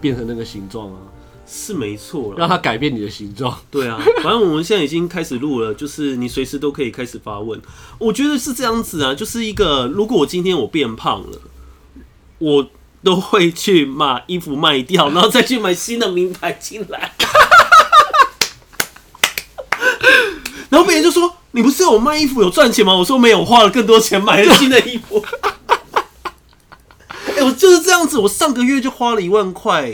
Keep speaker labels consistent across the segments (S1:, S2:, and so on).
S1: 变成那个形状啊，
S2: 是没错
S1: 让
S2: 了。
S1: 它改变你的形状。
S2: 对啊，反正我们现在已经开始录了，就是你随时都可以开始发问。我觉得是这样子啊，就是一个，如果我今天我变胖了，我都会去把衣服卖掉，然后再去买新的名牌进来。然后别人就说：“你不是有卖衣服有赚钱吗？”我说：“没有，我花了更多钱买了新的衣服。 哎，我就是这样子，我上个月就花了一万块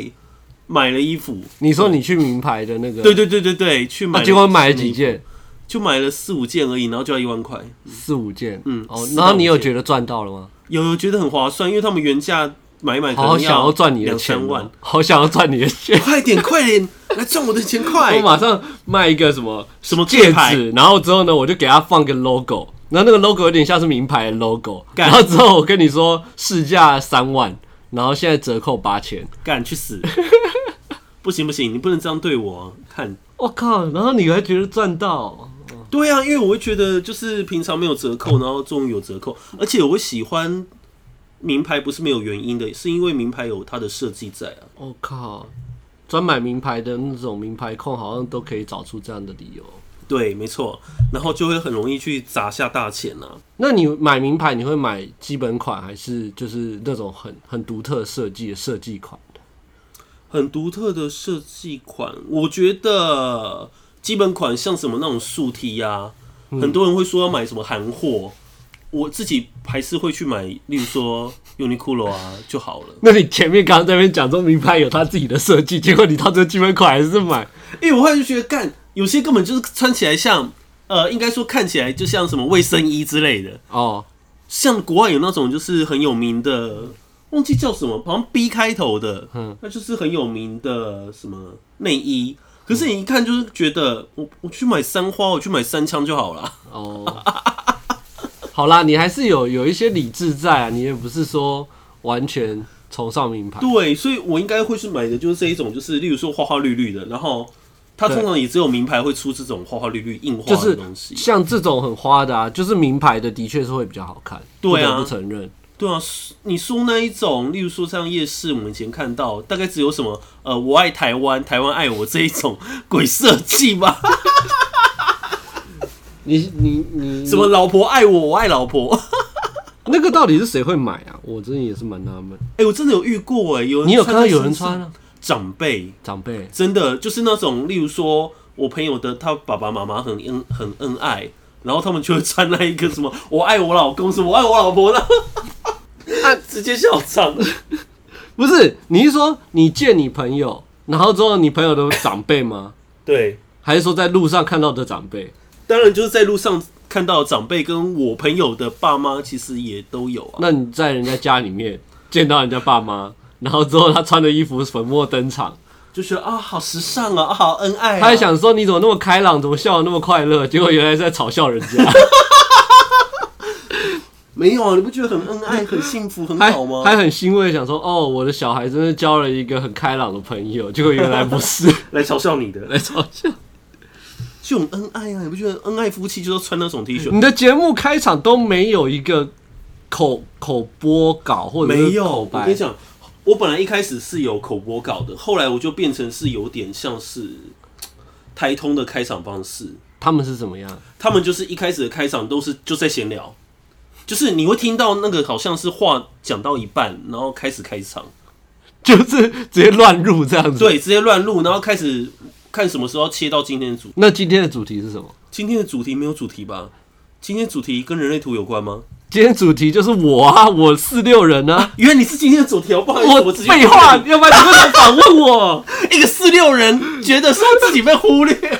S2: 买了衣服。
S1: 你说你去名牌的那个，
S2: 对对对对对，去买
S1: 啊，
S2: 了
S1: 结果买了几件，
S2: 就买了四五件而已，然后就要一万块，
S1: 四五件，
S2: 嗯
S1: 哦
S2: 四，到
S1: 然后你有
S2: 五件
S1: 觉得赚到了吗？
S2: 有有觉得很划算，因为他们原价买一买可
S1: 好
S2: 能
S1: 想要赚你的
S2: 两
S1: 钱哦，
S2: 三万，
S1: 好想要赚你的钱。
S2: 快点快点来赚我的钱，快
S1: 我！马上卖一个什么
S2: 什么
S1: 戒
S2: 戒牌
S1: 指，然后之后呢，我就给他放个 logo，然后那个 logo 有点像是名牌的 logo，
S2: 干
S1: 然后之后我跟你说市价三万，然后现在折扣八千，
S2: 干去死！ 不行不行，你不能这样对我、啊。看，
S1: 我靠，然后你还觉得赚到，
S2: 对啊，因为我会觉得就是平常没有折扣，然后终于有折扣，而且我会喜欢名牌，不是没有原因的，是因为名牌有它的设计在啊。
S1: 我靠，专买名牌的那种名牌控好像都可以找出这样的理由。
S2: 对，没错，然后就会很容易去砸下大钱啊。
S1: 那你买名牌，你会买基本款还是就是那种很很独特设计的设计款？
S2: 很独特的设计款，我觉得基本款像什么那种竖梯啊，很多人会说要买什么韩货，我自己还是会去买，例如说 Uniqlo 啊就好了。
S1: 那你前面刚刚在那边讲说名牌有它自己的设计，结果你到这基本款还是买，
S2: 因为我后来就觉得，干有些根本就是穿起来像，呃，应该说看起来就像什么卫生衣之类的，
S1: 哦，
S2: 像国外有那种就是很有名的，忘记叫什么，好像 B 开头的，嗯，那就是很有名的什么内衣。可是你一看就是觉得，我我去买三花，我去买三枪就好了。
S1: 哦，好啦，你还是有有一些理智在啊，你也不是说完全崇尚名牌。
S2: 对，啊所以我应该会去买的就是这一种，就是例如说花花绿绿的，然后它通常也只有名牌会出这种花花绿绿印花
S1: 就是
S2: 的东西。
S1: 像这种很花的啊，就是名牌的，的确是会比较好看，
S2: 对啊
S1: 不得不承认。
S2: 对啊，你说那一种，例如说像夜市，我们以前看到大概只有什么呃，我爱台湾，台湾爱我这一种鬼设计吧，
S1: 你你你
S2: 什么老婆爱我，我爱老婆。
S1: 那个到底是谁会买啊？我真的也是蛮纳闷。
S2: 哎、我真的有遇过哎、有人
S1: 你有
S2: 穿
S1: 看到
S2: 在
S1: 有
S2: 身
S1: 人
S2: 上
S1: 穿啊？
S2: 长辈
S1: 长辈
S2: 真的就是那种，例如说我朋友的他爸爸妈妈很恩很恩爱，然后他们就会穿那一个什么“我爱我老公”什么“我爱我老婆” 的，啊，直接笑场。
S1: 不是？你是说你见你朋友，然后之后你朋友的长辈吗？
S2: 对，
S1: 还是说在路上看到的长辈？
S2: 当然就是在路上看到长辈跟我朋友的爸妈，其实也都有啊。
S1: 那你在人家家里面见到人家爸妈，然后之后他穿的衣服粉墨登场，
S2: 就觉得啊，好时尚啊，啊好恩爱、啊。
S1: 他还想说你怎么那么开朗，怎么笑得那么快乐？结果原来是在嘲笑人家，
S2: 没有啊？你不觉得很恩爱、很幸福、很
S1: 还
S2: 好 吗？
S1: 还很欣慰，想说哦，我的小孩真的交了一个很开朗的朋友。结果原来不是
S2: 来嘲笑你的，
S1: 来嘲笑。
S2: 就很恩爱啊！你不觉得恩爱夫妻就是穿那种 T 恤？
S1: 你的节目开场都没有一个口口播稿或者是
S2: 没有，
S1: 口
S2: 我跟
S1: 白
S2: 你，讲，我本来一开始是有口播稿的，后来我就变成是有点像是嘖台通的开场方式。
S1: 他们是怎么样？
S2: 他们就是一开始的开场都是就在闲聊，就是你会听到那个好像是话讲到一半，然后开始开场，
S1: 就是直接乱入这样子。，
S2: 对，直接乱录，然后开始看什么时候要切到今天的主。
S1: 那今天的主题是什么？
S2: 今天的主题没有主题吧？今天的主题跟人类图有关吗？
S1: 今天主题就是我啊，我四六人啊。
S2: 原来你是今天的主题哦，不好意思，
S1: 我
S2: 我直接
S1: 废话，要不然你为什么反问我？
S2: 一个四六人觉得说自己被忽略，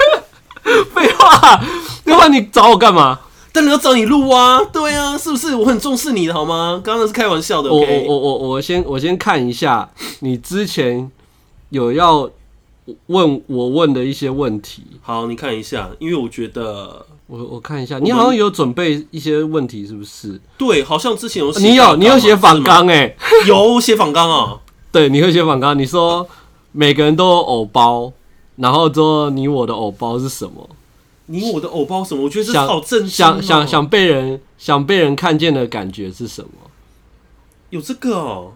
S1: 废话， 要不然你找我干嘛？
S2: 当然要找你录啊，对啊，是不是？我很重视你的好吗？刚刚那是开玩笑的
S1: 我
S2: ，OK？
S1: 我我我我先我先看一下你之前有要问我问的一些问题，
S2: 好，你看一下，因为我觉得
S1: 我我看一下，你好像有准备一些问题是不是？
S2: 对，好像之前有写
S1: 你有你有写
S2: 访
S1: 访
S2: 纲嘛，
S1: 纲哎，
S2: 是吗 有写访纲啊，
S1: 对，你会写访纲，你说每个人都有偶包，然后之后你我的偶包是什么？
S2: 你我的偶包什么？我觉得这
S1: 想
S2: 好震惊哦
S1: 想想想被人想被人看见的感觉是什么？
S2: 有这个哦，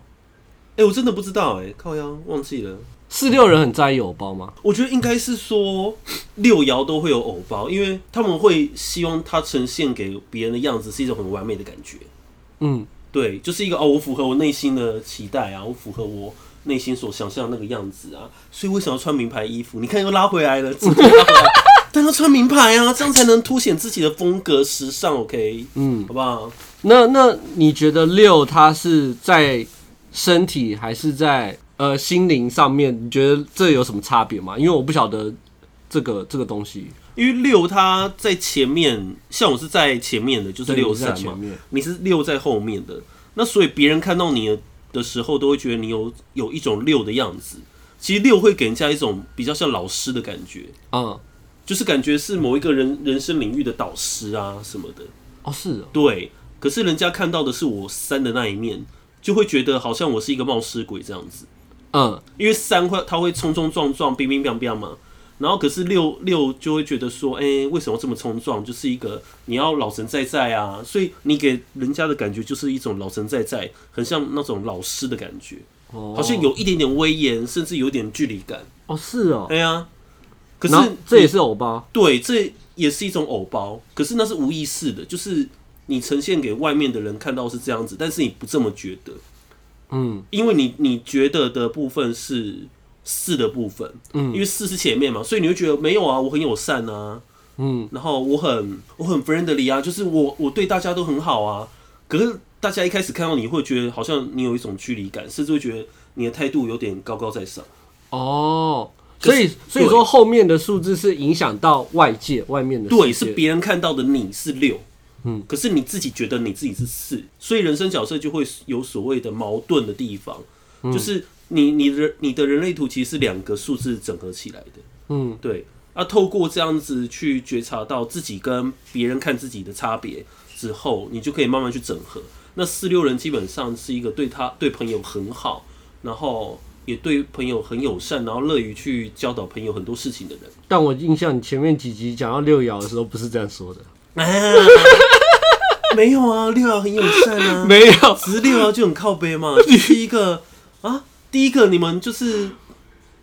S2: 哎、我真的不知道哎、靠腰忘记了。
S1: 四六人很在意偶包吗？
S2: 我觉得应该是说六爻都会有偶包，因为他们会希望它呈现给别人的样子是一种很完美的感觉。
S1: 嗯，
S2: 对，就是一个哦，我符合我内心的期待啊，我符合我内心所想象的那个样子啊，所以我想要穿名牌衣服。你看又拉回来了，自己又拉回来但要穿名牌啊，这样才能凸显自己的风格、时尚。OK，嗯，好不好？
S1: 那那你觉得六它是在身体还是在呃心灵上面？你觉得这有什么差别吗？因为我不晓得这个这个东西。
S2: 因为六它在前面，像我是在前面的，就是
S1: 对你
S2: 六
S1: 在
S2: 三
S1: 前
S2: 嘛
S1: 面，
S2: 你是六在后面的，那所以别人看到你的时候，都会觉得你有有一种六的样子。其实六会给人家一种比较像老师的感觉，
S1: 嗯，
S2: 就是感觉是某一个人人生领域的导师啊什么的。
S1: 哦是哦，
S2: 对，可是人家看到的是我三的那一面，就会觉得好像我是一个冒失鬼这样子。
S1: 嗯，
S2: 因为三会他会冲冲撞撞、冰冰乓乓嘛，然后可是六六就会觉得说，哎、为什么这么冲撞？就是一个你要老神在在啊，所以你给人家的感觉就是一种老神在在，很像那种老师的感觉，
S1: 哦
S2: 好像有一点点威严，甚至有点距离感。
S1: 哦是哦，
S2: 哎呀、可是
S1: 然后这也是偶包。
S2: 对，这也是一种偶包，可是那是无意识的，就是你呈现给外面的人看到是这样子，但是你不这么觉得，
S1: 嗯，
S2: 因为你你觉得的部分是四的部分，嗯，因为四是前面嘛，所以你会觉得没有啊，我很友善啊，
S1: 嗯，
S2: 然后我很我很 friendly 啊，就是我我对大家都很好啊，可是大家一开始看到你会觉得好像你有一种距离感，甚至会觉得你的态度有点高高在上。
S1: 哦，所以
S2: 就是
S1: 所以说后面的数字是影响到外界外面的世界
S2: 对，是别人看到的你是六，嗯，可是你自己觉得你自己是四，所以人生角色就会有所谓的矛盾的地方，就是你你的你的人类图其实是两个数字整合起来的，
S1: 嗯，
S2: 对，啊，透过这样子去觉察到自己跟别人看自己的差别之后，你就可以慢慢去整合。那四六人基本上是一个对他对朋友很好，然后也对朋友很友善，然后乐于去教导朋友很多事情的人。
S1: 但我印象你前面几集讲到六爻的时候不是这样说的，
S2: 啊， 没有啊，六爻很友善 啊，
S1: 没有，
S2: 只是六爻就很靠背嘛，就是一个啊，第一个你们就是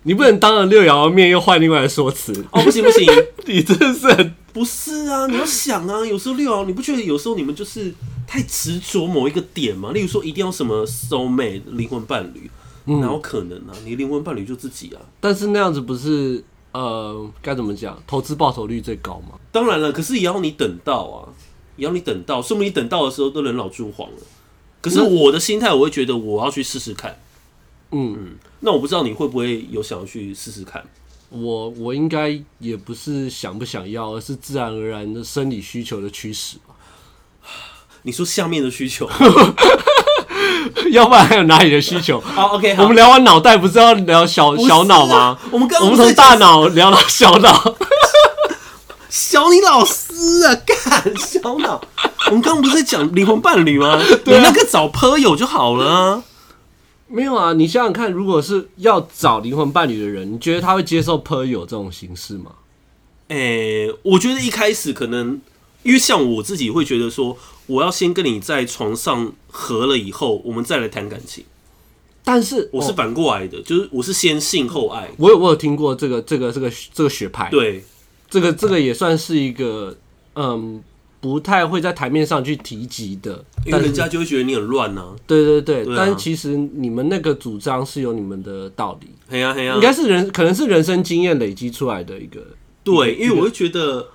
S1: 你不能当着六爻的面又换另外的说辞，
S2: 哦，不行不行，
S1: 你真的是很
S2: 不是啊，你要想啊，有时候六爻你不觉得有时候你们就是太执着某一个点吗？例如说一定要什么 soul mate 灵魂伴侣，哪有可能啊？你灵魂伴侣就自己啊。
S1: 但是那样子不是呃该怎么讲，投资报酬率最高吗？
S2: 当然了，可是也要你等到啊，也要你等到，说明你等到的时候都人老珠黄了。可是我的心态，我会觉得我要去试试看。
S1: 嗯
S2: 嗯，那我不知道你会不会有想要去试试看。
S1: 我我应该也不是想不想要，而是自然而然的生理需求的驱使吧，
S2: 你说下面的需 求，
S1: 要不然还有哪里的需求？
S2: 好，OK，好哦
S1: 我们聊完脑袋不是要聊小
S2: 不是啊
S1: 小脑吗？
S2: 我们刚
S1: 我们
S2: 刚不
S1: 从
S2: 是
S1: 大脑聊到小脑，
S2: 小你老师 啊，干小脑。啊我们刚刚不是在讲灵魂伴侣吗？ 你那个找朋友就好了啊。
S1: 没有啊？你想想看，如果是要找灵魂伴侣的人，你觉得他会接受 per 友这种形式吗？
S2: 诶、我觉得一开始可能，因为像我自己会觉得说，我要先跟你在床上合了以后，我们再来谈感情。
S1: 但是
S2: 我是
S1: 哦
S2: 反过来的，就是我是先性后爱。
S1: 我有我有听过这个这个这个这个学派，
S2: 对，
S1: 这个这个也算是一个嗯不太会在台面上去提及的，
S2: 因
S1: 但
S2: 为
S1: 是
S2: 人家就会觉得你很乱呐、
S1: 对对对，
S2: 对啊
S1: 但是其实你们那个主张是有你们的道理，
S2: 嘿呀嘿呀
S1: 应，该是人可能是人生经验累积出来的一个，
S2: 对，因为我会觉得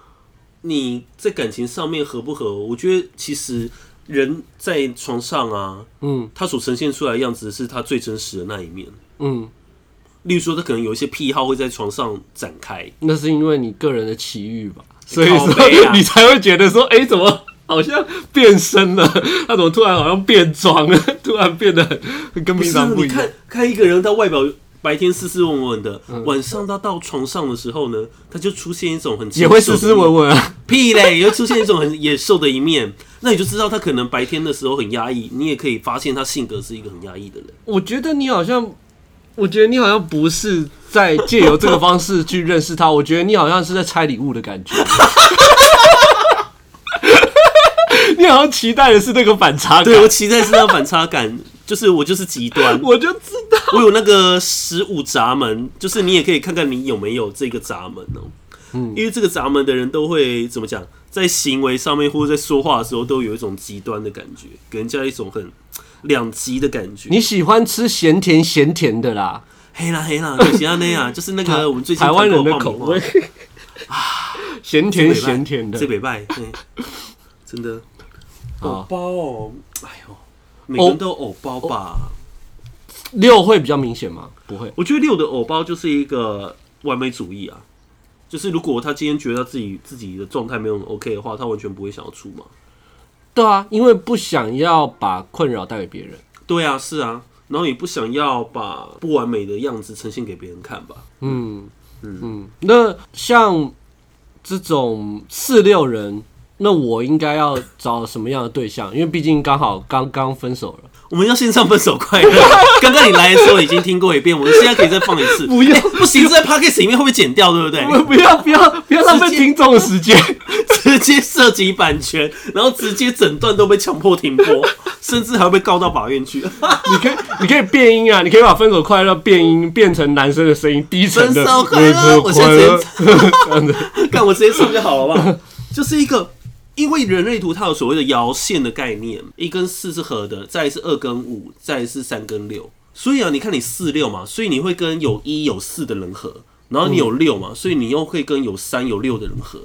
S2: 你在感情上面合不合，我觉得其实人在床上啊，
S1: 嗯
S2: 他所呈现出来的样子是他最真实的那一面。
S1: 嗯，
S2: 例如说，他可能有一些癖好会在床上展开，
S1: 那是因为你个人的奇遇吧，所以
S2: 靠背
S1: 说
S2: 啊
S1: 你才会觉得说，哎、怎么好像变身了？他怎么突然好像变装了？突然变得很跟
S2: 不
S1: 平
S2: 是
S1: 常不
S2: 你
S1: 一样
S2: 看。看一个人，他外表白天斯斯文文的，
S1: 嗯
S2: 晚上他到床上的时候呢，他就出现一种很
S1: 也会斯斯文
S2: 文，
S1: 文啊，
S2: 屁嘞， 也会出现一种很野兽的一面。那你就知道他可能白天的时候很压抑，你也可以发现他性格是一个很压抑的人。
S1: 我觉得你好像，我觉得你好像不是在借由这个方式去认识他，我觉得你好像是在拆礼物的感觉。你好像期待的是那个反差感
S2: 对，我期待是那反差感， 就是我就是极端，
S1: 我就知道。
S2: 我有那个十五闸门，就是你也可以看看你有没有这个闸门哦、嗯，因为这个闸门的人都会怎么讲，在行为上面或者在说话的时候，都有一种极端的感觉，给人家一种很两极的感觉。
S1: 你喜欢吃咸甜咸甜的啦，
S2: 黑啦黑啦，其他那 样，啊就是那个我们最近
S1: 台湾人的
S2: 看
S1: 口
S2: 过爆米花
S1: 味， 咸甜咸甜的
S2: 这。礼拜、嘿真的，
S1: 好
S2: 藕包哦，哎呦，每个人都有藕包吧？
S1: 六会比较明显吗？不会，
S2: 我觉得六的藕包就是一个完美主义啊，就是如果他今天觉得他自己自己的状态没有很 OK 的话，他完全不会想要出嘛。
S1: 对啊，因为不想要把困扰带给别人。
S2: 对啊，是啊，然后也不想要把不完美的样子呈现给别人看吧。
S1: 嗯嗯，那像这种四六人，那我应该要找什么样的对象？因为毕竟刚好刚刚分手了，
S2: 我们要线上分手快乐。 刚刚你来的时候已经听过一遍，我们现在可以再放一次。
S1: 不要
S2: 欸不行，这在 podcast 里面会不会剪掉？对不对？
S1: 不要不要不要浪费
S2: 直接
S1: 听众的时间。
S2: 直接涉及版权，然后直接整段都被强迫停播，甚至还会被告到法院去。
S1: 你可以 你可以变音啊，你可以把分手快乐变音变成男生的声音，低沉的
S2: 分手快乐我现在直接
S1: 这样子。
S2: 看我直接唱就好了吧。就是一个，因为人类图它有所谓的爻线的概念，一跟四是合的，再来是二跟五，再来是三跟六。所以啊，你看你四六嘛，所以你会跟有一有四的人合，然后你有六嘛，所以你又会跟有三有六的人合。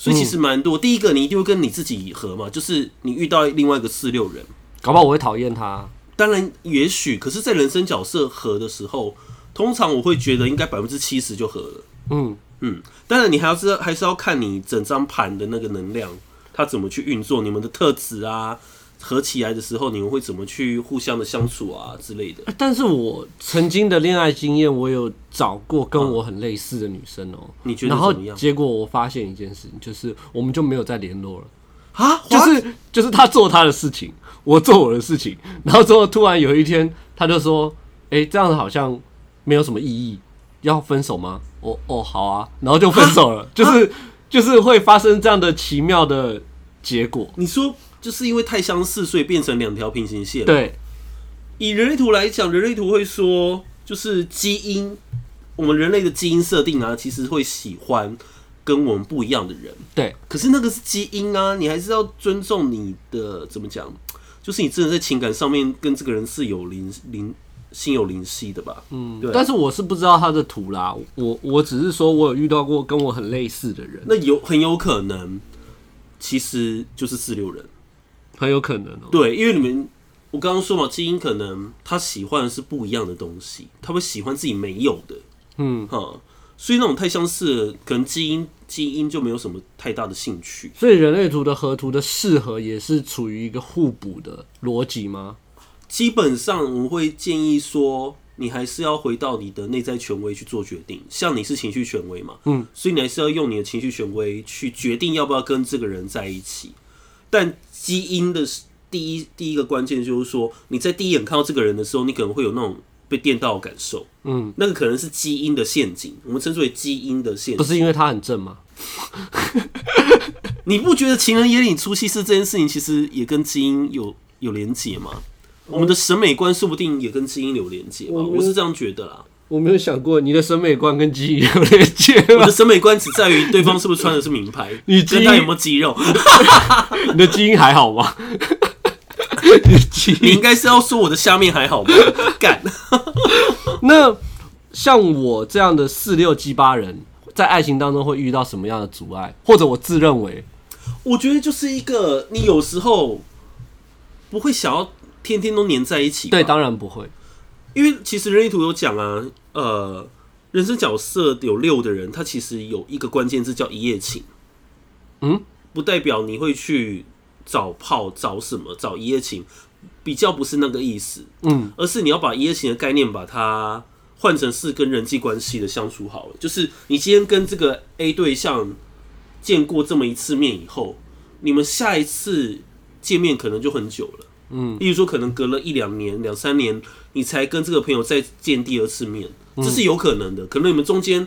S2: 所以其实蛮多，第一个你一定会跟你自己合嘛，就是你遇到另外一个四六人，
S1: 搞不好我会讨厌他。
S2: 当然，也许，可是，在人生角色合的时候，通常我会觉得应该百分之七十就合了。
S1: 嗯
S2: 嗯，当然，你还要知道，还是要看你整张盘的那个能量，它怎么去运作，你们的特质啊，合起来的时候，你们会怎么去互相的相处啊之类的。
S1: 但是我曾经的恋爱经验，我有找过跟我很类似的女生哦、
S2: 嗯你觉得
S1: 然后
S2: 怎么样
S1: 结果我发现一件事情，就是我们就没有再联络了。
S2: 啊，
S1: 就
S2: 就是
S1: 是就是他做他的事情，我做我的事情，然后之后突然有一天，他就说：“哎、这样好像没有什么意义，要分手吗？”哦哦，好啊，然后就分手了，就是就是会发生这样的奇妙的结果。
S2: 你说，就是因为太相似，所以变成两条平行线。，
S1: 对，
S2: 以人类图来讲，人类图会说，就是基因，我们人类的基因设定啊，其实会喜欢跟我们不一样的人。
S1: 对，
S2: 可是那个是基因啊，你还是要尊重你的怎么讲，就是你真的在情感上面跟这个人是有灵灵心有灵犀的吧？嗯，对啊。
S1: 但是我是不知道他的图啦，我我只是说我有遇到过跟我很类似的人，
S2: 那有很有可能，其实就是四六人。
S1: 很有可能哦、
S2: 对，因为你们我刚刚说嘛，基因可能他喜欢的是不一样的东西，他会喜欢自己没有的。
S1: 嗯
S2: 哈，所以那种太相似了，可能基因基因就没有什么太大的兴趣。
S1: 所以人类图的合图的适合也是处于一个互补的逻辑吗？
S2: 基本上我们会建议说，你还是要回到你的内在权威去做决定。像你是情绪权威嘛，嗯，所以你还是要用你的情绪权威去决定要不要跟这个人在一起。但基因的第一第一个关键就是说，你在第一眼看到这个人的时候，你可能会有那种被电到的感受，嗯，那个可能是基因的陷阱，我们称之为基因的陷阱
S1: 不。是因为他很正吗？
S2: 你不觉得情人眼里出西施这件事情，其实也跟基因有有连结吗？我们的审美观说不定也跟基因有连结吧，我是这样觉得啦。
S1: 我没有想过你的审美观跟基因有连接
S2: 我
S1: 吗
S2: 的？审美观只在于对方是不是穿的是名 牌，
S1: 你基
S2: 跟
S1: 因
S2: 他有没有肌肉。
S1: 你的基因还好 吗？你的基
S2: 你
S1: 因
S2: 应该是要说我的下面还 好吧？干，
S1: 那像我这样的四六七八人，在爱情当中会遇到什么样的阻碍？或者我自认为
S2: 我觉得就是一个你有时候不会想要天天都黏在一起吧。
S1: 对，当然不会。
S2: 因为其实人类图有讲啊，呃，人生角色有六的人，他其实有一个关键字叫一夜情。
S1: 嗯，
S2: 不代表你会去找炮、找什么、找一夜情，比较不是那个意思，
S1: 嗯，
S2: 而是你要把一夜情的概念把它换成是跟人际关系的相处好了。就是你今天跟这个 A 对象见过这么一次面以后，你们下一次见面可能就很久了。例如说，可能隔了一两年、两三年，你才跟这个朋友再见第二次面，
S1: 嗯
S2: 这是有可能的。可能你们中间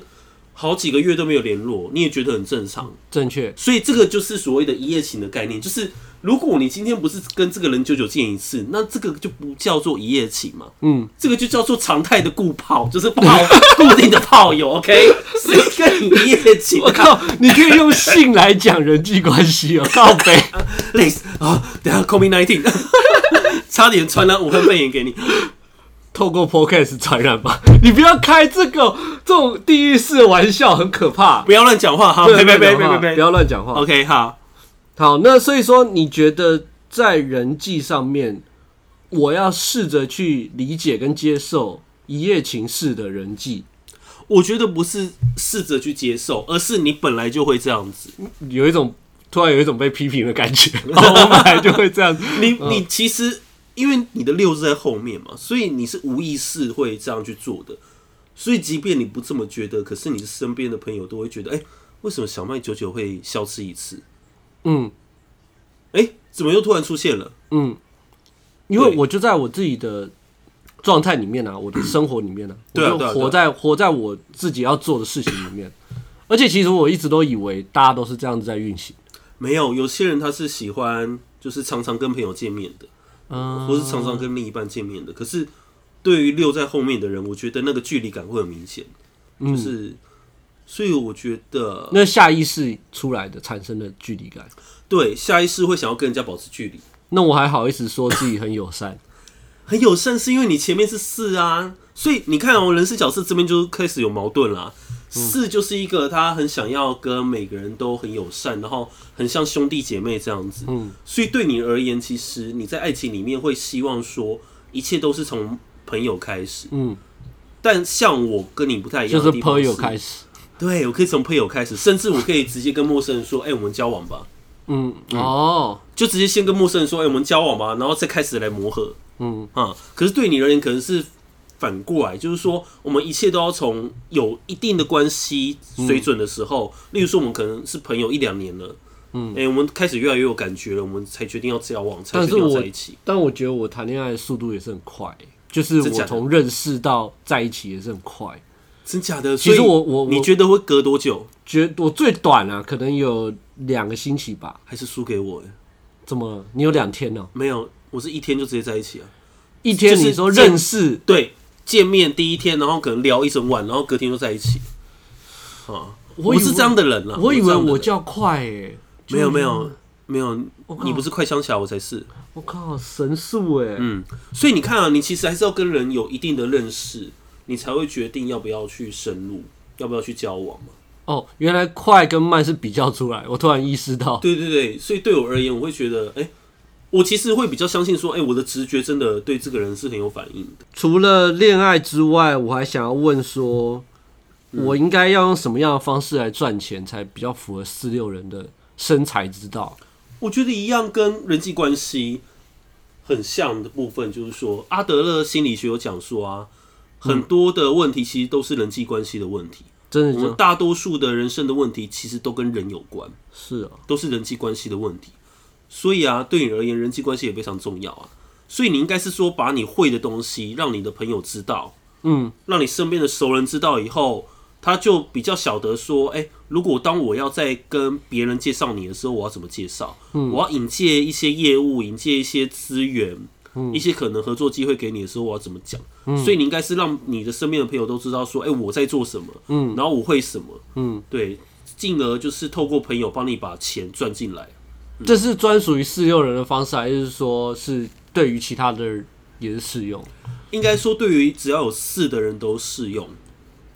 S2: 好几个月都没有联络，你也觉得很正常。
S1: 正确。
S2: 所以这个就是所谓的一夜情的概念，就是如果你今天不是跟这个人久久见一次，那这个就不叫做一夜情嘛，
S1: 嗯，
S2: 这个就叫做常态的固炮，就是炮 固定的炮友，OK？谁跟你一夜情？
S1: 我靠，你可以用性来讲人际关系哦，靠北。
S2: 累死啊！等一下 COVID nineteen，差点传染武汉肺炎给你。
S1: 透过 podcast 传染吧，你不要开这个这种地狱式的玩笑，很可怕。
S2: 不要乱讲话哈！别别别别别
S1: 不要乱讲话。
S2: ！OK，好，
S1: 好，那所以说，你觉得在人际上面，我要试着去理解跟接受一夜情式的人际，
S2: 我觉得不是试着去接受，而是你本来就会这样子。
S1: 有一种突然有一种被批评的感觉。然后我本来就会这样子，
S2: 你你其实因为你的六是在后面嘛，所以你是无意识会这样去做的。所以即便你不这么觉得，可是你身边的朋友都会觉得，哎、为什么小麦久久会消失一次？
S1: 嗯
S2: 哎、怎么又突然出现了？
S1: 嗯，因为我就在我自己的状态里面啊，我的生活里面啊，我
S2: 对啊
S1: 就
S2: 对啊对啊
S1: 活在活在我自己要做的事情里面。而且其实我一直都以为大家都是这样子在运行，
S2: 没有，有些人他是喜欢就是常常跟朋友见面的，
S1: 嗯，
S2: 或是常常跟另一半见面的。可是对于六在后面的人，我觉得那个距离感会很明显，就是。所以我觉得，
S1: 嗯那下意识出来的产生的距离感。
S2: 对下意识会想要跟人家保持距离，
S1: 那我还好意思说自己很友 善，
S2: 很友善，是因为你前面是四啊，所以你看哦，人事角色这边就开始有矛盾啦。
S1: 嗯
S2: 四就是一个他很想要跟每个人都很友善，然后很像兄弟姐妹这样子。嗯，所以对你而言，其实你在爱情里面会希望说一切都是从朋友开始。
S1: 嗯，
S2: 但像我跟你不太一
S1: 就
S2: 样，
S1: 是朋友
S2: 始，
S1: 开始。
S2: 对我可以从朋友开始，甚至我可以直接跟陌生人说：“哎、我们交往吧。”
S1: 嗯，哦，
S2: 就直接先跟陌生人说，哎、我们交往吧，然后再开始来磨合。
S1: 嗯
S2: 啊，可是对你而言，可能是反过来，就是说，我们一切都要从有一定的关系水准的时候，
S1: 嗯
S2: 例如说，我们可能是朋友一两年了，嗯，哎、我们开始越来越有感觉了，我们才决定要交往，才
S1: 但
S2: 决
S1: 是
S2: 定要
S1: 我
S2: 在一起。
S1: 但我觉得我谈恋爱的速度也是很快，欸就是
S2: 真假
S1: 我
S2: 的
S1: 从认识到在一起也是很快。
S2: 真假的？
S1: 其实
S2: 所以
S1: 我我
S2: 你
S1: 我
S2: 觉得会隔多久？
S1: 觉我最短啊，可能有两个星期吧。
S2: 还是输给我、哎
S1: 怎么？你有两天呢、哦
S2: 没有，我是一天就直接在一起啊。
S1: 一天
S2: 就是
S1: 你说
S2: 见
S1: 认识，
S2: 对，见面第一天，然后可能聊一整晚，然后隔天就在一起。啊，
S1: 我
S2: 我
S1: 以
S2: 是
S1: 为
S2: 这样的人啦。啊
S1: 我以
S2: 是这
S1: 为
S2: 样的
S1: 我
S2: 人
S1: 叫快诶、
S2: 没有没有没有，
S1: 靠
S2: 你不是快枪侠，我才是。
S1: 我靠，神速诶、
S2: 嗯，所以你看啊，你其实还是要跟人有一定的认识，你才会决定要不要去深入，要不要去交往嘛。
S1: 哦，原来快跟慢是比较出来，我突然意识到，
S2: 对对对，所以对我而言，我会觉得，哎、我其实会比较相信说，哎、我的直觉真的对这个人是很有反应的。
S1: 除了恋爱之外，我还想要问说，我应该要用什么样的方式来赚钱，才比较符合四六人的生财之道？
S2: 我觉得一样跟人际关系很像的部分，就是说，阿德勒心理学有讲说啊，很多的问题其实都是人际关系的问题。
S1: 真的
S2: 我
S1: 就
S2: 们大多数的人生的问题，其实都跟人有关。
S1: 是哦，
S2: 都是人际关系的问题。所以啊，对你而言，人际关系也非常重要啊。所以你应该是说，把你会的东西让你的朋友知道，
S1: 嗯，
S2: 让你身边的熟人知道以后，他就比较晓得说，哎、如果当我要在跟别人介绍你的时候，我要怎么介绍？我要引介一些业务，引介一些资源，一些可能合作机会给你的时候，我要怎么讲？所以你应该是让你的身边的朋友都知道说，哎、我在做什么，嗯，然后我会什么，嗯，对，进而就是透过朋友帮你把钱赚进来。
S1: 这是专属于四六人的方式，还是说是对于其他的人也是适用？
S2: 应该说，对于只要有四的人都适用。哦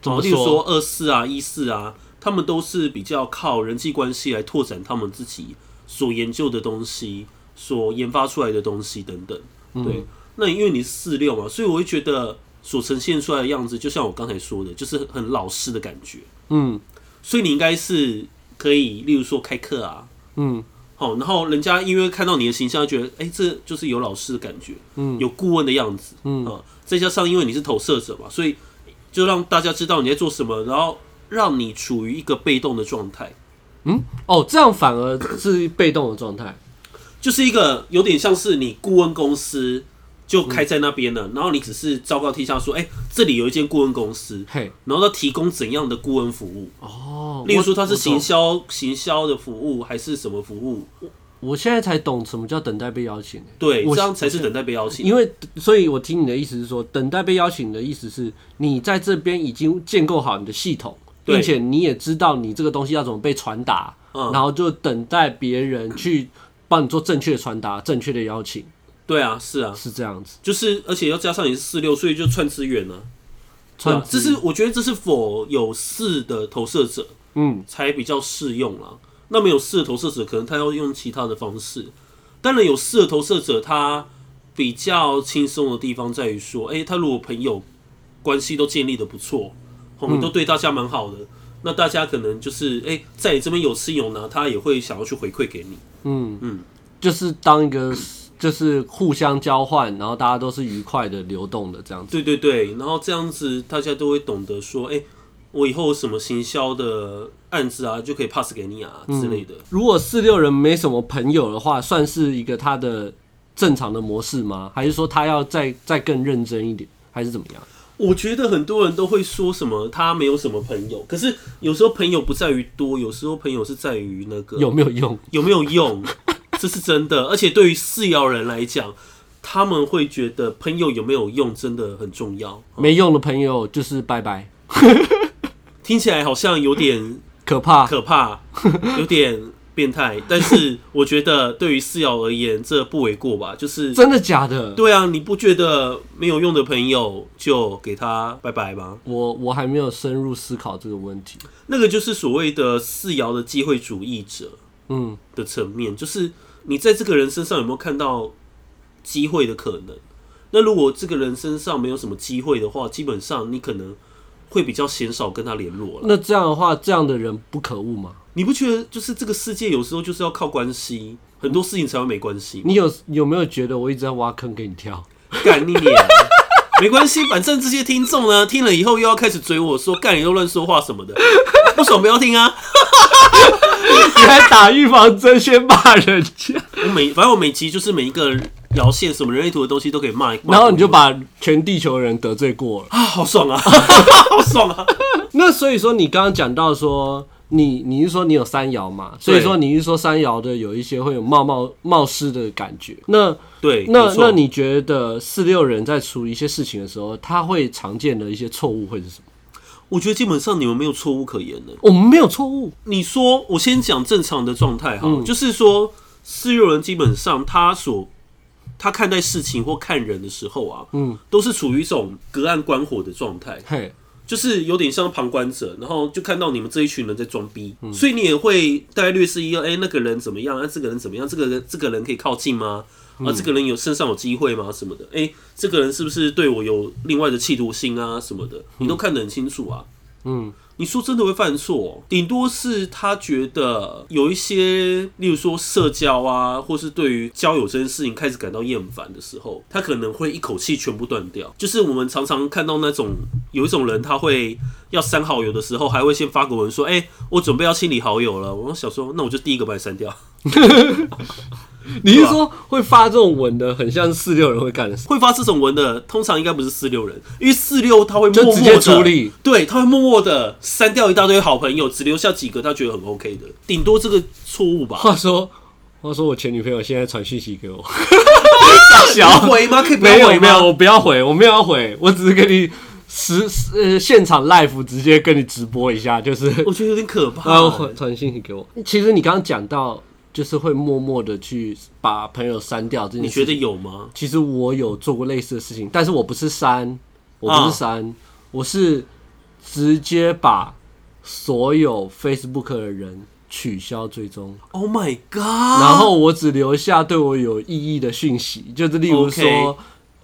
S1: 怎么
S2: 例如说二四啊、一四啊，他们都是比较靠人际关系来拓展他们自己所研究的东西、所研发出来的东西等等。
S1: 嗯
S2: 对，那因为你是四六嘛，所以我会觉得所呈现出来的样子，就像我刚才说的，就是很老师的感觉。
S1: 嗯
S2: 所以你应该是可以，例如说开课啊，
S1: 嗯，
S2: 好，然后人家因为看到你的形象，觉得哎、诶这就是有老师的感觉，嗯，有顾问的样子，嗯、啊，再加上因为你是投射者嘛，所以就让大家知道你在做什么，然后让你处于一个被动的状态，
S1: 哦，这样反而是被动的状态。
S2: 就是一个有点像是你顾问公司就开在那边了，然后你只是昭告天下说，哎、这里有一间顾问公司，
S1: 嘿，
S2: 然后它提供怎样的顾问服务，
S1: 哦，
S2: 例如说它是行
S1: 形，
S2: 销行销的服务还是什么服务，
S1: 我我现在才懂什么叫等待被邀请、欸
S2: 对，
S1: 我
S2: 这样才是等待被邀请。
S1: 因为所以，我听你的意思是说，等待被邀请的意思是你在这边已经建构好你的系统，
S2: 对
S1: 并且你也知道你这个东西要怎么被传达，
S2: 嗯
S1: 然后就等待别人去帮你做正确的传达、正确的邀请，
S2: 对啊，是啊，
S1: 是这样子。
S2: 就是而且要加上你是四六，所以就串资源了、对
S1: 串
S2: 啊，这
S1: 资
S2: 是我觉得这是否有事的投射者
S1: 嗯，
S2: 才比较适用啦。那没有事的投射者，可能他要用其他的方式。当然，有事的投射者，他比较轻松的地方在于说，诶、他如果朋友关系都建立的不错，我
S1: 嗯
S2: 们都对大家蛮好的，那大家可能就是诶、在你这边有吃有拿，他也会想要去回馈给你。
S1: 就是当一个就是互相交换，然后大家都是愉快的流动的这样子。
S2: 对对对，然后这样子大家都会懂得说，哎、我以后有什么行销的案子啊，就可以 pass 给你啊之类的。
S1: 如果四六人没什么朋友的话，算是一个他的正常的模式吗？还是说他要再再更认真一点，还是怎么样？
S2: 我觉得很多人都会说什么他没有什么朋友，可是有时候朋友不在于多，有时候朋友是在于那个
S1: 有没有用？
S2: 有没有用， 这是真的。而且对于四爻人来讲，他们会觉得朋友有没有用真的很重要。
S1: 没用的朋友就是拜拜，
S2: 听起来好像有点
S1: 可怕。
S2: 可怕，有点变态，但是我觉得对于四瑶而言，这不为过吧？就是
S1: 真的假的？
S2: 对啊，你不觉得没有用的朋友就给他拜拜吗？
S1: 我我还没有深入思考这个问题。
S2: 那个就是所谓的四瑶的机会主义者
S1: 嗯，
S2: 的层面，就是你在这个人身上有没有看到机会的可能？那如果这个人身上没有什么机会的话，基本上你可能会比较鲜少跟他联络了。
S1: 那这样的话，这样的人不可恶吗？
S2: 你不觉得就是这个世界有时候就是要靠关系，很多事情才会没关系吗？
S1: 你有有没有觉得我一直在挖坑给你跳？
S2: 干你脸！没关系，反正这些听众呢，听了以后又要开始追我说干你又乱说话什么的，不爽不要听啊！
S1: 你还打预防针先骂人 家，
S2: 我每反正我每集就是每一个摇线什么人类图的东西都可以骂一骂，
S1: 然后你就把全地球人得罪过了。
S2: 啊好 爽啊，好爽啊！
S1: 那所以说，你刚刚讲到说，你你是说你有三爻嘛？所以说你是说三爻的有一些会有冒冒冒失的感觉。那
S2: 对，
S1: 那
S2: 没错
S1: 那你觉得四六人在处理一些事情的时候，他会常见的一些错误会是什么？
S2: 我觉得基本上你们没有错误可言呢。
S1: 我们没有错误，
S2: 你说，我先讲正常的状态
S1: 嗯
S2: 哈，就是说，四六人基本上他所他看待事情或看人的时候啊，嗯，都是处于一种隔岸观火的状态。
S1: 嘿，
S2: 就是有点像旁观者，然后就看到你们这一群人在装逼，所以你也会大概略是一二，哎、那个人怎么样？啊，这个人怎么样？这个人这个人可以靠近吗？啊，这个人有身上有机会吗？什么的？哎、这个人是不是对我有另外的企图心啊？什么的，你都看得很清楚啊。
S1: 嗯，
S2: 你说真的会犯错哦、顶多是他觉得有一些，例如说社交啊，或是对于交友这件事情开始感到厌烦的时候，他可能会一口气全部断掉。就是我们常常看到那种有一种人，他会要删好友的时候，还会先发个文说：“哎、我准备要清理好友了。”我想说，那我就第一个把你删掉。
S1: 你是说会发这种文的，很像四六人会干的事？
S2: 会发这种文的，通常应该不是四六人，因为四六他会默
S1: 就
S2: 默
S1: 直
S2: 的
S1: 接处理，
S2: 对，他会默默的删掉一大堆好朋友，只留下几个他觉得很 OK 的，顶多这个错误吧。
S1: 话说，话说我前女朋友现在传讯息给我，
S2: 小回吗？可以 不
S1: 没
S2: 要
S1: 有
S2: 回
S1: 没有，
S2: 吗？
S1: 我不要回，我没有要回，我只是跟你实实呃现场 live 直接跟你直播一下，就是
S2: 啊我觉得有点可怕。
S1: 然后回啊传信息给我。其实你刚刚讲到，就是会默默的去把朋友删掉这件
S2: 你
S1: 事情。
S2: 觉得有吗？
S1: 其实我有做过类似的事情，但是我不是删，我不是删，我是直接把所有 Facebook 的人取消追踪，
S2: Oh my god！
S1: 然
S2: 然
S1: 后我只留下对我有意义的讯息，就是例如说。
S2: OK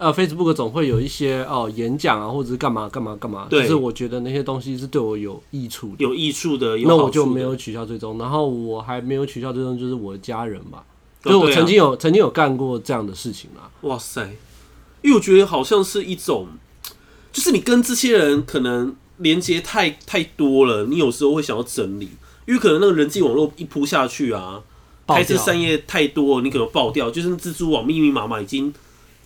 S1: 呃，Facebook 总会有一些哦演讲啊，或者是干嘛干嘛干嘛，就
S2: 对
S1: 是我觉得那些东西是对我有益处的。
S2: 有益处的，有
S1: 那
S2: 好处
S1: 我就
S2: 的
S1: 没有取消追踪，然后我还没有取消追踪，就是我的家人吧，
S2: 哦
S1: 就是我
S2: 对啊
S1: 曾经有、曾经有干过这样的事情啦。
S2: 哇塞，因为我觉得好像是一种，就是你跟这些人可能连接太太多了，你有时候会想要整理，因为可能那个人际网络一铺下去啊，
S1: 爆
S2: 开枝
S1: 掉
S2: 散叶太多，你可能爆掉，就是蜘蛛网密密麻麻已经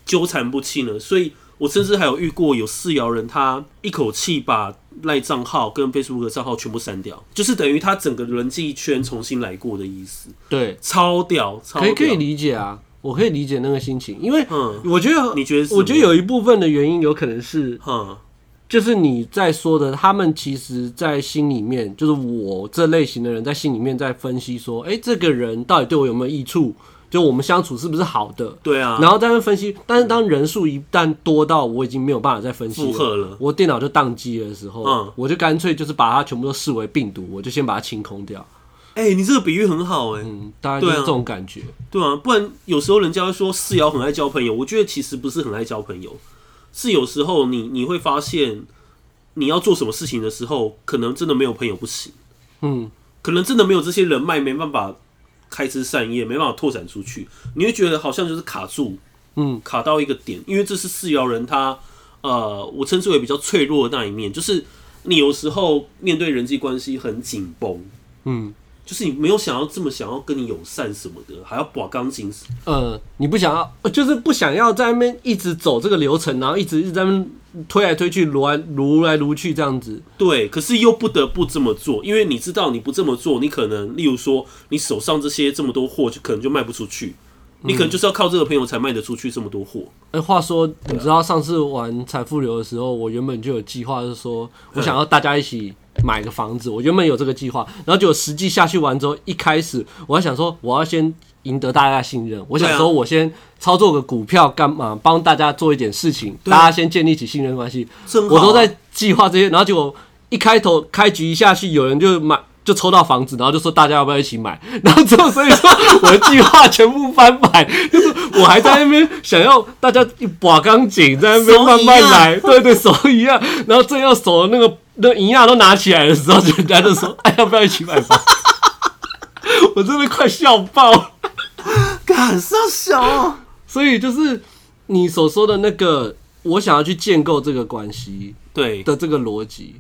S2: 纠缠不清了，所以我甚至还有遇过有四爻人，他一口气把赖账号跟 Facebook 的账号全部删掉，就是等于他整个人际圈重新来过的意思，
S1: 对，
S2: 超屌，超
S1: 可以
S2: 屌。
S1: 可以理解啊，我可以理解那个心情，因为
S2: 嗯
S1: 我觉得
S2: 你觉得是
S1: 我觉得有一部分的原因有可能是
S2: 嗯
S1: 就是你在说的，他们其实，在心里面，就是我这类型的人在心里面在分析说，哎、这个人到底对我有没有益处？就我们相处是不是好的？
S2: 对啊，
S1: 然后在那边分析，但是当人数一旦多到我已经没有办法再分析
S2: 负荷了
S1: 我电脑就宕机的时候，
S2: 嗯
S1: 我就干脆就是把它全部都视为病毒，我就先把它清空掉。
S2: 哎、你这个比喻很好哎、
S1: 嗯，大概就是
S2: 对啊
S1: 这种感觉。
S2: 对啊，不然有时候人家会说四爻很爱交朋友，我觉得其实不是很爱交朋友，是有时候你你会发现你要做什么事情的时候，可能真的没有朋友不行，
S1: 嗯，
S2: 可能真的没有这些人脉，没办法开枝散叶，没办法拓展出去，你会觉得好像就是卡住，
S1: 嗯，
S2: 卡到一个点，因为这是四爻人他呃，我称之为比较脆弱的那一面，就是你有时候面对人际关系很紧绷，
S1: 嗯，
S2: 就是你没有想要这么想要跟你友善什么的，还要把钢琴
S1: 呃，你不想要，呃就是不想要在那边一直走这个流程，然后一直一直在那边推来推去、撸来撸来撸去这样子。
S2: 对，可是又不得不这么做，因为你知道你不这么做，你可能例如说你手上这些这么多货，就可能就卖不出去，你可能就是要靠这个朋友才卖得出去这么多货。
S1: 哎、话说，你知道上次玩财富流的时候，我原本就有计划，是说我想要大家一起买个房子，我原本有这个计划，然后结果实际下去玩之后，一开始我还想说我要先赢得大家的信任，我想说我先操作个股票干嘛，帮大家做一点事情，大家先建立起信任关系，
S2: 正好
S1: 我都在计划这些，然后结果一开头开局一下去，有人就买。就抽到房子，然后就说大家要不要一起买， 然后之后所以说我的计划全部翻版，就是我还在那边想要大家一把钢琴在那边慢慢来，对对手一样，然后最后手的那个那银亚都拿起来的时候，人家就说哎要不要一起买房？ 我真的快笑爆了。
S2: 干啥小、啊？
S1: 所以就是你所说的那个，我想要去建构这个关系，
S2: 对，
S1: 的这个逻辑，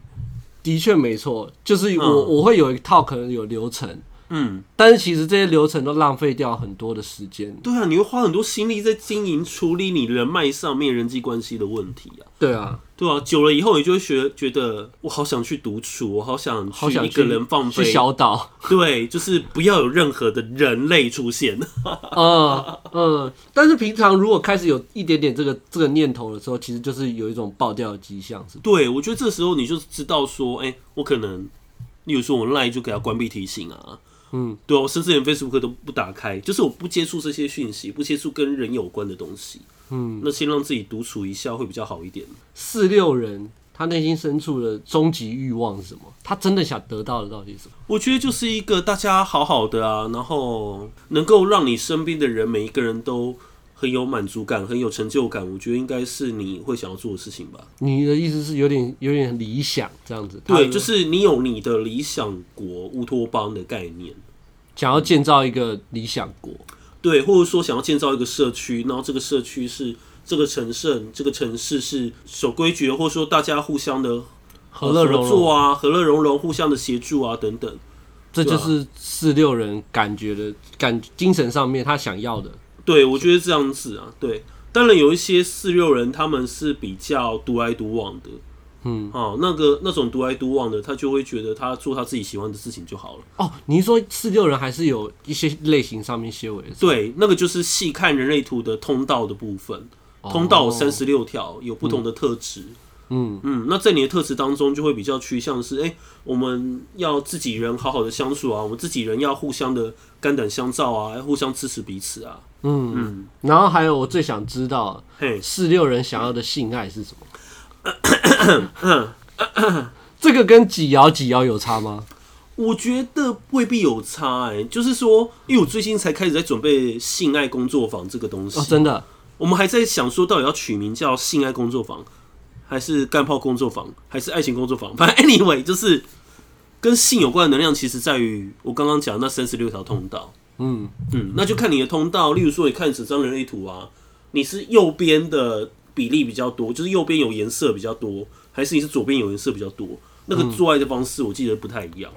S1: 的确没错，就是我、
S2: 嗯
S1: 我会有一套可能有流程，
S2: 嗯，
S1: 但是其实这些流程都浪费掉很多的时间。
S2: 对啊，你会花很多心力在经营、处理你人脉上面人际关系的问题啊。
S1: 对啊，
S2: 对啊，久了以后，你就会觉觉得我好想去独处，我好想
S1: 好
S2: 去
S1: 想
S2: 一个人放
S1: 去
S2: 飞。
S1: 小岛，
S2: 对，就是不要有任何的人类出现。
S1: 嗯嗯。但是平常如果开始有一点点这个这个念头的时候，其实就是有一种爆掉的迹象，是吧？
S2: 对，我觉得这时候你就知道说，哎、我可能，例如说我赖就给他关闭提醒啊，
S1: 嗯，
S2: 对啊，我甚至连 Facebook 都不打开，就是我不接触这些讯息，不接触跟人有关的东西，
S1: 嗯，
S2: 那先让自己独处一下会比较好一点。
S1: 四六人他内心深处的终极欲望是什么？他真的想得到的到底是什么？
S2: 我觉得就是一个大家好好的啊，然后能够让你身边的人每一个人都很有满足感、很有成就感，我觉得应该是你会想要做的事情吧。
S1: 你的意思是有点有点理想这样子？
S2: 对，
S1: 他
S2: 就是你有你的理想国、乌托邦的概念。
S1: 想要建造一个理想国。
S2: 对，或者说想要建造一个社区，然后这个社区是这个城市，这个城市是守规矩的，或者说大家互相的
S1: 和乐融融
S2: 合作啊，和乐融融，互相的协助啊，等等。
S1: 这
S2: 对
S1: 就
S2: 啊
S1: 是四六人感觉的感精神上面他想要的，
S2: 对，我觉得这样子啊，对。当然有一些四六人，他们是比较独来独往的，
S1: 嗯，
S2: 哦，那个那种独来独往的，他就会觉得他做他自己喜欢的事情就好了。
S1: 哦。你是说四六人还是有一些类型上面些微的
S2: 对，那个就是细看人类图的通道的部分，通道三，
S1: 哦
S2: 十六条有不同的特质。
S1: 嗯
S2: 嗯，那在你的特质当中，就会比较趋向是，哎、我们要自己人好好的相处啊，我们自己人要互相的肝胆相照啊，要互相支持彼此啊。
S1: 嗯嗯。然后还有我最想知道
S2: 嘿，
S1: 四六人想要的性爱是什么？ 这个跟几爻几爻有差吗？
S2: 我觉得未必有差哎、就是说，因为我最近才开始在准备性爱工作坊这个东西，
S1: 哦，真的，
S2: 我们还在想说到底要取名叫性爱工作坊，还是干炮工作坊，还是爱情工作坊？ 反正 anyway 就是跟性有关的能量，其实在于我刚刚讲的那三十六条通道。
S1: 嗯
S2: 嗯，那就看你的通道，例如说你看整张人类图啊，你是右边的比例比较多，就是右边有颜色比较多，还是你是左边有颜色比较多？那个做爱的方式我记得不太一样。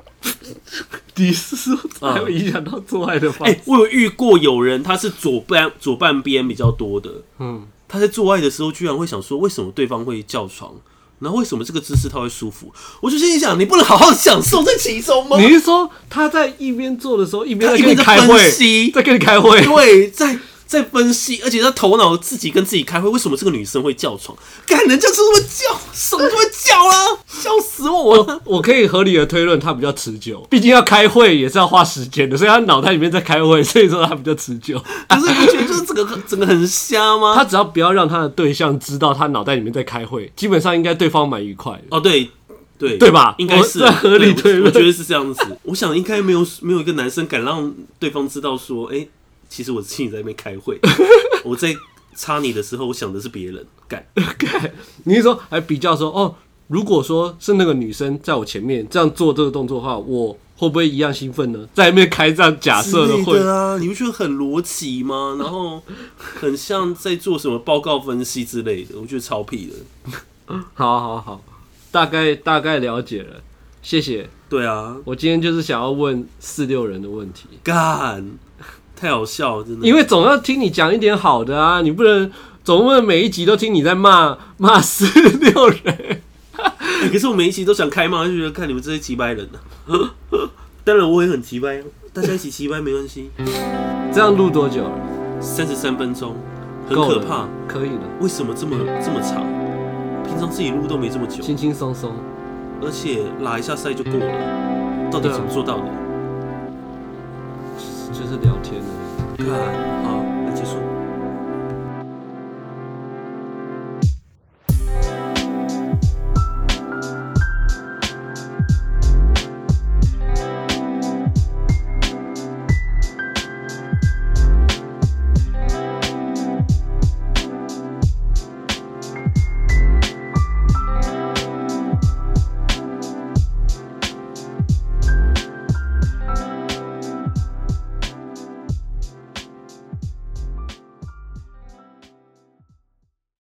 S1: 你是说才会影响
S2: 哎
S1: 到做爱的方
S2: 哎、我有遇过有人他是左半左半边比较多的，
S1: 嗯，
S2: 他在做爱的时候居然会想说，为什么对方会叫床？然后为什么这个姿势他会舒服？我就心里想，你不能好好享受在其中吗？
S1: 你是说他在一边做的时候，一边在
S2: 他一
S1: 跟你
S2: 边
S1: 开
S2: 在
S1: 会
S2: 分，析
S1: 在跟你开会？
S2: 对，在在分析，而且他头脑自己跟自己开会，为什么这个女生会叫床？干，人家就是会叫，手就会叫啦，笑死我了！
S1: 我我可以合理的推论，他比较持久，毕竟要开会也是要花时间的，所以他脑袋里面在开会，所以说他比较持久。
S2: 可是你不觉得就是整个很整个很瞎吗？
S1: 他只要不要让他的对象知道他脑袋里面在开会，基本上应该对方蛮愉快 的。
S2: 哦，对。对
S1: 对吧哦
S2: 应该是
S1: 我在合理
S2: 对
S1: 推
S2: 我
S1: 论
S2: 我觉得是这样子。我想应该没有没有一个男生敢让对方知道说，哎、其实我心里在那边开 会，我在插你的时候，我想的是别人。 干，
S1: 你是说还比较说哦，如果说是那个女生在我前面这样做这个动作的话，我会不会一样兴奋呢？在里面开这样假设
S2: 之
S1: 的
S2: 类
S1: 会，
S2: 的啊，你不觉得很逻辑吗？然后很像在做什么报告分析之类的，我觉得超屁的。
S1: 好好好，大概大概了解了，谢谢。
S2: 对啊，
S1: 我今天就是想要问四六人的问题，
S2: 干，太好笑了，真的。
S1: 因为总要听你讲一点好的啊，你不能总不能每一集都听你在骂骂四六人。
S2: 欸可是我每一集都想开骂，就觉得看你们这些奇掰人呢、 当然我也很奇掰啊，大家一起奇掰没关系。
S1: 这样录多久了？
S2: 三十三分钟，很
S1: 够
S2: 可
S1: 了
S2: 怕。
S1: 可以了，
S2: 为什么这么这么长？平常自己录都没这么久，
S1: 轻轻松松。
S2: 而且拉一下塞就过了，到底
S1: 对啊
S2: 怎么做到的？
S1: 就是聊天的。
S2: 看，